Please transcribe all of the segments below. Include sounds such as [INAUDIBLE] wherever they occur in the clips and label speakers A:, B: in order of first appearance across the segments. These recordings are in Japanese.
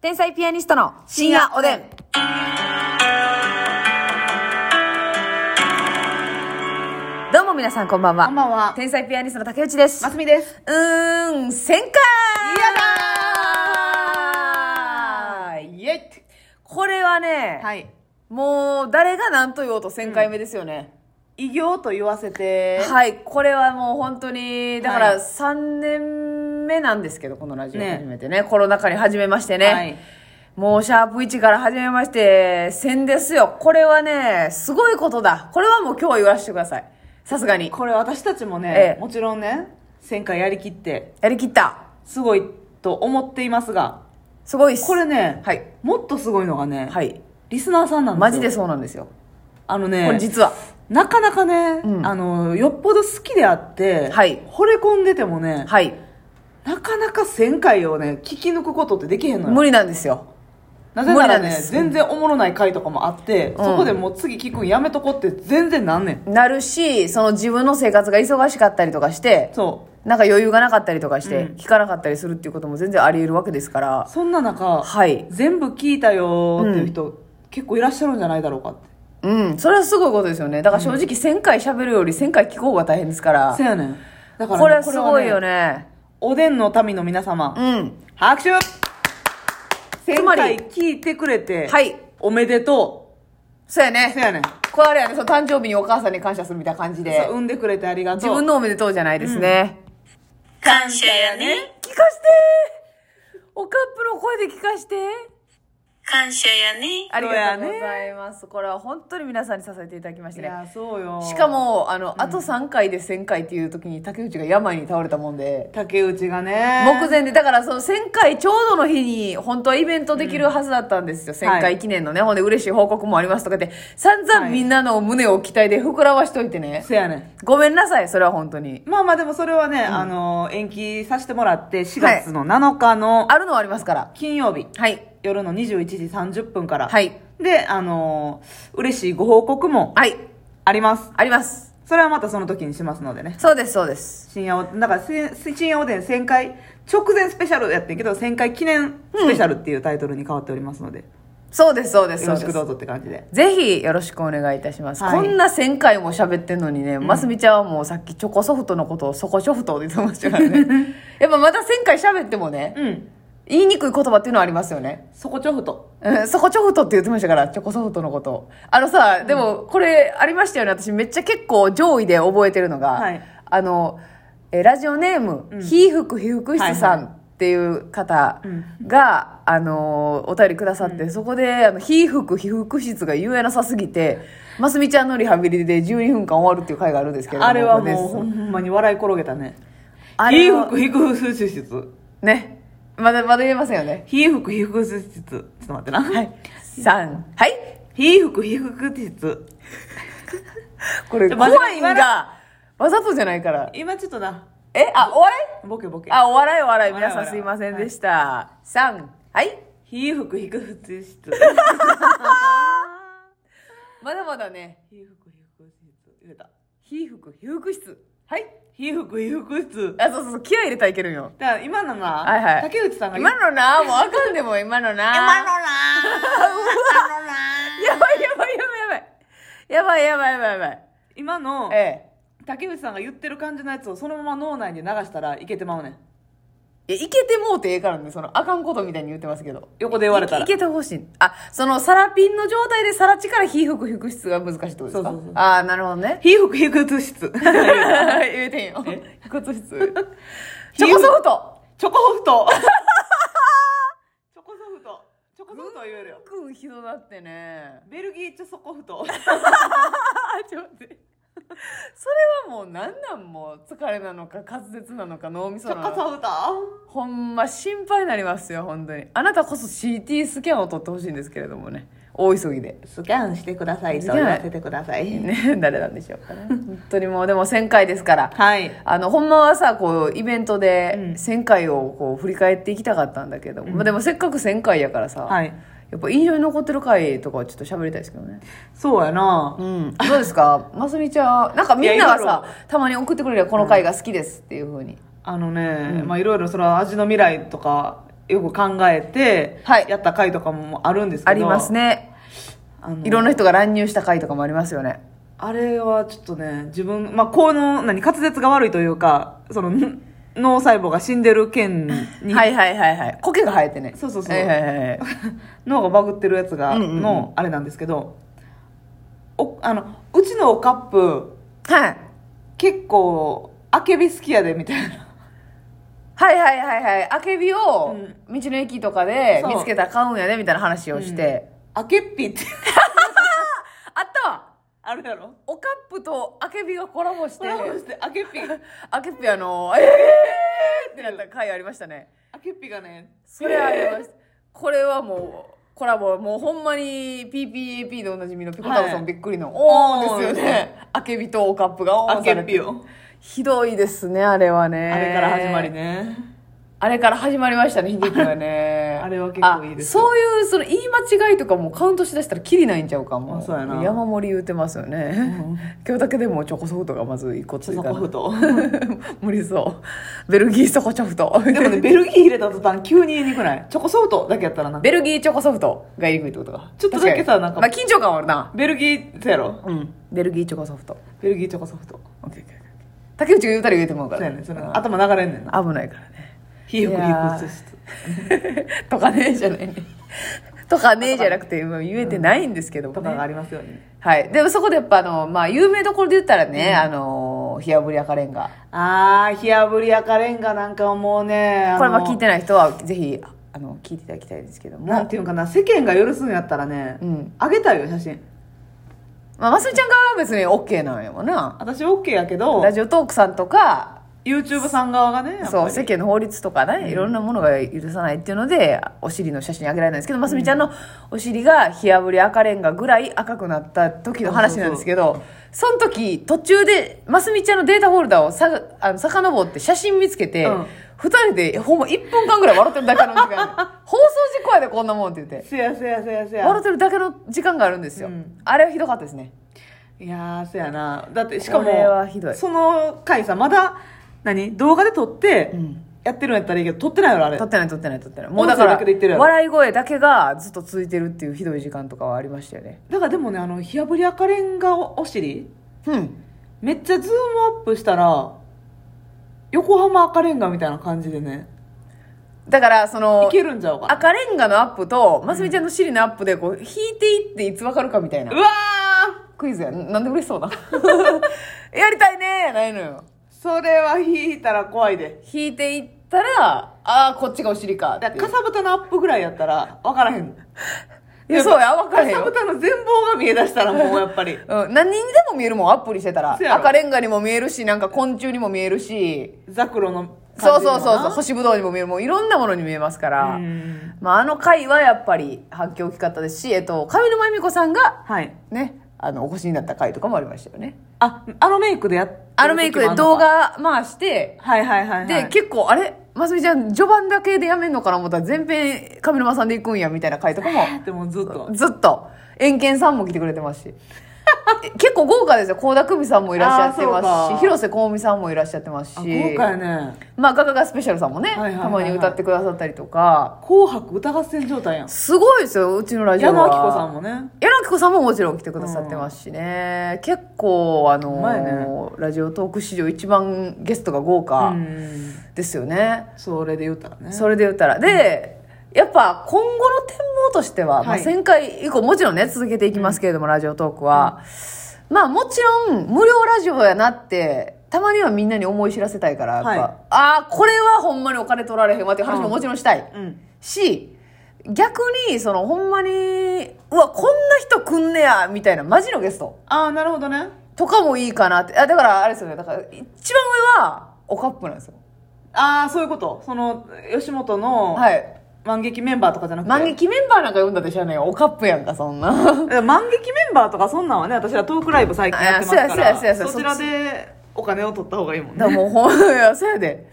A: 天才ピアニストの深夜おでん。どうも皆さんこんばんは。
B: こんばんは
A: 天才ピアニストの竹内です。
B: ますみです。
A: うーん、1000回
B: イエイ
A: これはね、
B: はい。
A: もう誰が何と言おうと1000回目ですよね。
B: 異業と言わせて、
A: はい、これはもう本当に、だか
B: は
A: ら
B: い
A: 3年目なんですけど、このラジオ
B: ね
A: 初めてね、コロナ禍に始めましてね。
B: はい
A: もうシャープ1から始めまして、1000ですよ。これはね、すごいことだ。これはもう今日は言わせてください。さすがに。
B: これ私たちもね、
A: ええ
B: もちろんね、1000回やりきって、
A: やりきった。
B: すごいと思っていますが、
A: すごいっす。
B: これね、
A: はい。
B: もっとすごいのがね、
A: はい。
B: リスナーさんなんですよ。
A: マジでそうなんですよ。
B: あの
A: これ
B: ね、
A: 実は。
B: なかなかね、
A: うん
B: あの、よっぽど好きであって、
A: はい
B: 惚れ込んでてもね、
A: はい。
B: なかなか1000回をね、聞き抜くことってできへんのよ。
A: 無理なんですよ。
B: なぜなら
A: 無理なん
B: ね
A: です
B: 全然おもろない回とかもあって、
A: ん
B: そこでもう次聞くんやめとこって全然なんねん
A: なるし、その自分の生活が忙しかったりとかして、
B: そ
A: なんか余裕がなかったりとかして、
B: うん
A: 聞かなかったりするっていうことも全然あり得るわけですから
B: う。そんな中
A: はい。
B: 全部聞いたよーっていう人、結構いらっしゃるんじゃないだろうかって
A: うん。それはすごいことですよね。だから正直1000回喋るより1000回聞こうが大変ですから。
B: せやねんだからね、
A: これはすごいよ
B: ね
A: ね。
B: おでんの民の皆様、
A: うん。
B: 拍手
A: つ
B: 前
A: まり
B: 回聞いてくれて、
A: はい。
B: おめでと
A: そうや
B: うせ
A: ね。
B: やねん
A: これあれやね、その誕生日にお母さんに感謝するみたいな感じで
B: そう。産んでくれてありがと
A: 自
B: う
A: 分のおめでとうじゃないですね。
B: 感謝やね
A: 聞かしておカップの声で聞かして
C: 感謝やね。
A: ありがとうございます。これは本当に皆さんに支えていただきまし
B: い
A: てね。
B: やそうよ
A: しかも、あの、あと3回で1000回っていう時に竹内が病に倒れたもんで。
B: 竹内がね
A: 目前で、だからその1000回ちょうどの日に、本当はイベントできるはずだったんですよ。1000
B: は
A: 回
B: い
A: 記念のね、ほんで嬉しい報告もありますとかって、散々みんなの胸を期待で膨らましといてね。
B: せやねん
A: ごめんなさい、それは本当に。
B: まあまあでもそれはね、あの延期させてもらって4月の7日の
A: あるのはありますから。
B: 金曜日、
A: はい。
B: 夜の21時30分から、
A: はい。
B: であの嬉しいご報告も
A: はい。
B: あります
A: あります。
B: それはまたその時にしますのでね
A: そうです、そうです。
B: 深夜おだからせ深夜おでん1000回直前スペシャルやってんけど1000回記念スペシャルっていうタイトルに変わっておりますので、
A: そうです、そうです、
B: よ
A: そうで
B: ろし
A: す
B: くどうぞって感じで
A: ぜひよろしくお願いいたします。
B: はい
A: こんな1000回も喋ってんのにね、ますみちゃんはもうさっきチョコソフトのことをそこショフトって言ってましたから [LAUGHS] ね。やっぱまた1000回喋ってもね、
B: うん
A: 言いにくい言葉っていうのはありますよね。
B: そこちょふと
A: うん、そこチョフトって言ってましたから、チョコソフトのこと。あのさ、でもこれありましたよね。私めっちゃ結構上位で覚えてるのが、
B: はい
A: あの、えーラジオネーム、
B: うん
A: ひーふくひふくしつさ
B: はいは
A: んっていう方が、あのーお便りくださって、そこで、あの、ひーふくひふくしつが言えなさすぎて、ますみちゃんのリハビリで12分間終わるっていう回があるんですけれども。
B: あれは
A: こです
B: もうほんまに笑い転げたね
A: あ
B: ひ
A: れ
B: ーふ
A: は
B: くひくふすしつ
A: ね。まだ、まだ言えませんよね。
B: ひーふくひくふすしつちょっと待ってな
A: はい。3。はい。
B: ひーふくひふくてつ。
A: これ
B: ちょまだ
A: 怖いんが、わざとじゃないから。
B: 今ちょっとな、
A: え、あ、お笑
B: ボケボケ
A: い。あ、お笑いお笑い。
B: お
A: 皆
B: 笑いお笑い
A: さんすいませんでした。3、はい。
B: ひーふくひくふ
A: [LAUGHS]
B: つしつ。
A: まだまだね、
B: ひーふくひくふつ。入れた。
A: 皮膚、皮膚室。はい。
B: ひーふくひくふつ。
A: あ、そうそうそう、気合入れたらいけるんよ。
B: だから今のな、
A: はいはい
B: 竹内さんが
A: 今のな、もうあかんで
B: [LAUGHS]
A: も今のな。
C: 今のな今のな
A: やばいやばいやばいやばい。やばいやばいやばい
B: 今の
A: やばい。え
B: 竹内さんが言ってる感じのやつをそのまま脳内で流したらいけてまうねん。
A: え。いや、いけてもうてええからね、その、あかんことみたいに言ってますけど。
B: 横で言われたら
A: いい。けてほしい。あ、その、サラピンの状態でサラチから皮膚、皮膚室が難しいってことですか
B: そうそうそう
A: ああ、なるほどね。
B: ひーふくひくふ
A: [LAUGHS]
B: つつ。
A: 言えてんよ。骨 [LAUGHS] 質。チョコソフト。
B: チョコソフ
A: [LAUGHS]
B: ト。チョコソフト。チョコソフトは言えるよ。
A: くんひどだってね。
B: ベルギーチョソコフト。
A: あ、ちょっと待って。それはもうなんなんもう疲れなのか滑舌なのか脳み
B: チ
A: そな
B: ョ
A: の
B: コ
A: か
B: ソフト。
A: ほんま心配になりますよ本当にあなたこそ CT スキャンを取ってほしいんですけれどもね大急ぎで、
B: スキャンしてください
A: と言わせ
B: てください。
A: ね、 [LAUGHS] 誰なんでしょうかね本当にもうでも1000回ですから
B: はい。
A: あの、ほんまはさ、こう、イベントで
B: うん
A: 1000回をこう、振り返っていきたかったんだけど、まあでもせっかく1000回やからさ、
B: はい
A: やっぱ印象に残ってる回とかはちょっと喋りたいですけどね。
B: そうやな
A: う。ん。 [LAUGHS] どうですかますみちゃん、なんかみんなが
B: いやい
A: さ、たまに送ってくれるよこの回が好きですっていうふうに。
B: あのね、まあいろいろそれは味の未来とか、よく考えて
A: はい
B: やった回とかもあるんですけど、
A: ありますね。
B: あの
A: いろんな人が乱入した回とかもありますよね。
B: あれはちょっとね自分、まあ、この何滑舌が悪いというかそのん脳細胞が死んでる件 [LAUGHS] に
A: はいはいはいはい。苔が生えてね。
B: そうそうそう
A: はいはいはいはい。
B: 脳がバグってるやつが
A: うんうんうん
B: のあれなんですけど、おあのうちのおカップ
A: はい
B: 結構あけび好きやでみたいな
A: はいはいはいはい。あけびを、道の駅とかで
B: そう
A: 見つけたら買うんやね、みたいな話をして。
B: あけっぴって
A: あったわ
B: あるやろ
A: おカップとあけびがコラボし
B: コ
A: て、
B: ラボしてあけっぴ
A: あけっぴあの、ええーってなった回ありましたね。
B: あけっぴがね
A: それあります。これはもう、コラボ、もうほんまに PPAP でおなじみのピコ太郎さんもびっくりの、おーですよね。あけびとおカップがおー
B: あけ
A: され
B: ってぴを
A: ひどいですね、あれはね。
B: あれから始まり。ね
A: あれから始まりましたね、悲劇はね。
B: [LAUGHS] あれは結構いいです
A: あ
B: よ
A: そういう、その言い間違いとかもカウントしだしたらキリないんちゃうかも。
B: あそうやな
A: 山盛り言うてますよね。今日だけでもチョコソフトがまず一個つ
B: ちょ
A: い
B: っと
A: た
B: こふ
A: な。
B: と
A: [LAUGHS] 無理そう。ベルギーチョコソフ
B: [LAUGHS]
A: ト。
B: でもねベルギー入れた途端急に言いにくないチョコソフトだけやったらなんか
A: ベルギーチョコソフトが言いにくいってことか。
B: ちょっとだけさ
A: 確に
B: なんか
A: まあ緊張感はあるな。
B: ベルギーそうやろ
A: うん。ベルギーチョコソフト。
B: ベルギーチョコソフト
A: オッケーオッケーオッケー竹内が言うたら言うてもらうか
B: そう
A: ら。
B: やねんその頭流れんねんな
A: 危ないからね。
B: ひよくひ
A: いや
B: よ
A: ー
B: くして
A: とかねえじゃないね。とかねえじゃなくて、もう言えてないんですけども、ね。
B: とかがありますよね
A: はい。でもそこでやっぱあの、まあ、有名どころで言ったらね、あの、火炙り赤レンガ。
B: あー、火炙り赤レンガなんかはもうね、あの
A: これまあ聞いてない人は、ぜひ、あの、聞いていただきたいですけども。
B: なんていうんかな、世間が許すんやったらね、
A: うん
B: あげたいよ、写真。
A: まあ、ますみちゃん側は別に OK なんやもんな。
B: 私 OK やけど
A: ラ、ジオトークさんとか、
B: YouTube さん側がね、やっぱり
A: そう、世間の法律とかね、いろんなものが許さないっていうので、お尻の写真あげられないんですけど、ますみちゃんのお尻が火炙り赤レンガぐらい赤くなった時の話なんですけど、その時、途中で、ますみちゃんのデータフォルダをさが、あの、遡って写真見つけて
B: うん、
A: 二、人で、ほんま1分間ぐらい笑ってるだけの時間ある。
B: [LAUGHS]
A: 放送事故やでこんなもんって言って。
B: せやせやせやせ
A: 笑っ
B: や。
A: てるだけの時間があるんですよ。
B: うん
A: あれはひどかったですね。
B: いやー、せやな。だって、しかも、
A: これはひどい
B: その回さ、まだ、何動画で撮って、やってるんやったらいいけど、撮ってないよ、あれ
A: 撮っ。てない撮ってない撮ってない。もうだから
B: 音声だけで言ってるや、ろ
A: 笑い声だけがずっと続いてるっていうひどい時間とかはありましたよね。
B: だからでもね、あの、火炙り赤レンガお尻、
A: うん。
B: めっちゃズームアップしたら、横浜赤レンガみたいな感じでね、
A: だから、そ
B: い
A: の、
B: けるんちゃうかな。
A: 赤レンガのアップと、ますみちゃんのシリのアップで、こう、引いていっていつわかるかみたいうな。
B: わー
A: クイズやん。なんで嬉しそうな。 [LAUGHS] やりたいねーやないのよ。
B: それは引いたら怖いで。
A: 引いていったら、ああ、こっちがお尻かってい
B: だ
A: う。
B: からかさぶたのアップぐらいやったら分からへん。
A: いやそうや、わからへん
B: かさぶ
A: よ。
B: たの全貌が見えだしたらもうやっぱり。
A: うん、何にでも見えるもん、アップにしてたら
B: そや。ろ
A: 赤レンガにも見えるし、なんか昆虫にも見えるし、
B: ザクロの
A: そ
B: 感
A: う
B: じの
A: そ
B: な
A: うそうそう、干しぶどうにも見える、もういろんなものに見えますから。
B: うん
A: まあ、あの回はやっぱり反響大きかったですし、えっと、上沼恵美子さんが、
B: はい。
A: ね、あの、お越しになった回とかもありましたよね。
B: あ、あのメイクでやっ
A: あのメイクで動。画回して、
B: はいはいはい、はい。
A: で、結構、あれますみちゃん、序盤だけでやめんのかな思ったら、前編、上沼さんで行くんや、みたいな回とか
B: [LAUGHS]
A: も、
B: 構。でもずっと。
A: ずっと、遠見さんも来てくれてますし。え結構豪華ですよ。倖田來未さんもいらっしゃって
B: あー
A: ます
B: そう
A: し、
B: か
A: 広瀬香美さんもいらっしゃってますし、
B: あ豪華やね。
A: まあ、ガガガスペシャルさんもね、
B: いはいはいはい
A: たまに歌ってくださったりとか、
B: 紅白歌合戦状態やん。
A: すごいですよ、うちのラジオ
B: 矢
A: は。
B: 野明子さんもね。
A: 矢野明子さんももちろん来てくださってますしね、結構あの
B: 前ね
A: ーラジオトーク史上一番ゲストが豪
B: う
A: 華
B: ん
A: ですよね、
B: それで言ったらね。
A: それで言ったらで、やっぱ今後の展望としては、まあ、
B: はい
A: 1000回以降もちろんね続けていきますけれども、ラジオトークは、まあもちろん無料ラジオやなってたまにはみんなに思い知らせたいからやっぱ、
B: はい
A: ああこれはほんまにお金取られへんわっていう話ももちろんしたい、
B: うん。
A: し逆にそのほんまにうわこんな人来んねやみたいなマジのゲスト
B: ああ、なるほどね。
A: とかもいいかなってあだからあれですよねだから一番上はおカップなんですよ
B: ああ、そういうこと。その、吉本の、
A: はい
B: 万劇メンバーとかじゃなくて。
A: 万劇メンバーなんか読んだでしょうねおカップやんかそん
B: [LAUGHS]
A: な
B: だから万劇メンバーとかそんなんはね私らトークライブ最近やってますか
A: あそうや
B: ら
A: そうやそうやそうや
B: そちらでお金を取った方がいいもん
A: だから
B: ね
A: もうほんいやそやで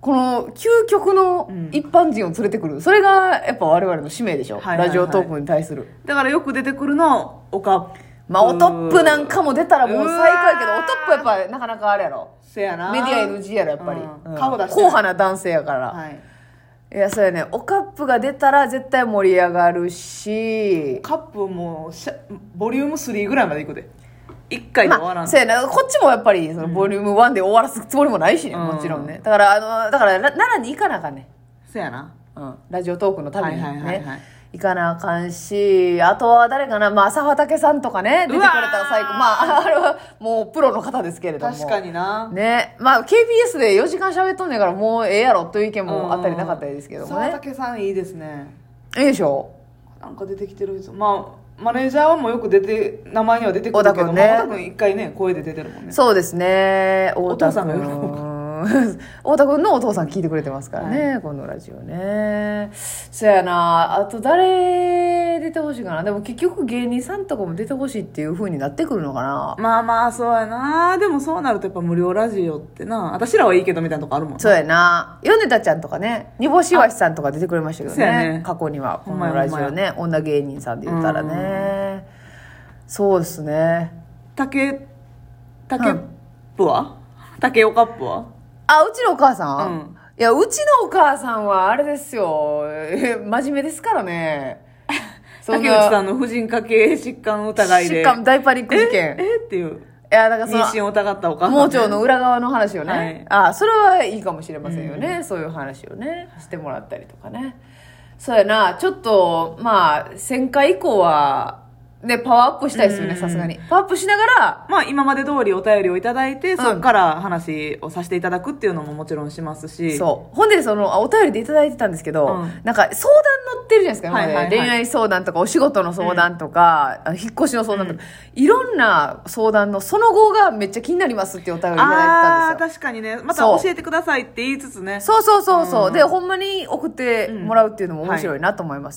A: この究極の一般人を連れてくる、それがやっぱ我々の使命でしょ、
B: はいはいはい
A: ラジオトークに対する
B: だからよく出てくるのおか
A: まあおトップなんかも出たらもう最高やけど
B: う
A: お
B: わー
A: トップやっぱりなかなかあれやろ
B: せやな
A: メディア NG やろやっぱり、
B: うん
A: うん
B: 顔出して
A: 硬派な男性やから、
B: はい
A: えいやそうやねおカップが出たら絶対盛り上がるし
B: カップもうしゃボリューム3ぐらいまでいくで1回で終わら
A: まあ
B: ん
A: そうやなこっちもやっぱりそのボリューム1で終わらすつもりもないしね、
B: うん
A: もちろんねだからあのだからら奈良に行かなあかんね、
B: そうやな
A: うん、ラジオトークのためにね、
B: はいはいはいはい
A: 行かなあかんしあとは誰かな、まあ、浅羽武さんとかね出てくれたら最
B: う
A: 高
B: わー
A: まああれはもうプロの方ですけれども
B: 確かにな
A: ねまあ KBS で4時間喋っとんねんからもうええやろという意見もあったりなかったりですけども
B: 沢
A: ね
B: 竹さんいいですね
A: いいでしょ
B: なんか出てきてる人まあマネージャーはもうよく出て名前には出てくるけど
A: 小田君
B: も
A: ね
B: まあ小田君一回ね声で出てるもんね
A: そうですね太田
B: お父さんが
A: 君
B: 喜ぶ
A: [LAUGHS] 太田君のお父さん聞いてくれてますからね、このラジオねそやなあと誰出てほしいかなでも結局芸人さんとかも出てほしいっていう風になってくるのかな
B: まあまあそうやなでもそうなるとやっぱ無料ラジオってな私らはいいけどみたいなとこあるもんな
A: そうやな米田ちゃんとかね煮干しわしさんとか出てくれましたけど
B: そうや
A: ね
B: ね
A: 過去にはこ
B: ほんま
A: の
B: や
A: ラジオね女芸人さんで言ったらねそうですね
B: 竹竹カップは、竹尾カップは
A: あうちのお母さん、
B: うん
A: いやうちのお母さんはあれですよ [LAUGHS] え真面目ですからね
B: [LAUGHS] 竹内さんの婦人科系疾患疑いで
A: 疾患大パニック事
B: え
A: 件
B: えっていう
A: いやだからそ
B: 妊
A: の
B: 娠を疑ったお母さん
A: 盲腸の裏側の話をね、
B: はい
A: あそれはいいかもしれませんよね、そういう話をねしてもらったりとかねそうやなちょっとまあ1000回以降はねパワーアップしたいですよねさすがにパワーアップしながら
B: まあ今まで通りお便りをいただいて
A: ん
B: そこから話をさせていただくっていうのももちろんしますし、
A: そうほんでそのあお便りでいただいてたんですけど、
B: うん
A: なんか相談乗ってるじゃないですか、
B: はいはいは
A: 今
B: い
A: まで恋愛相談とかお仕事の相談とか、あ引っ越しの相談とか、いろんな相談のその後がめっちゃ気になりますっていうお便りいただいてたんですよ
B: ああ確かにねまた
A: そう
B: 教えてくださいって言いつつね
A: そうそうそうそう、でほんまに送ってもらうっていうのも面白いなと思います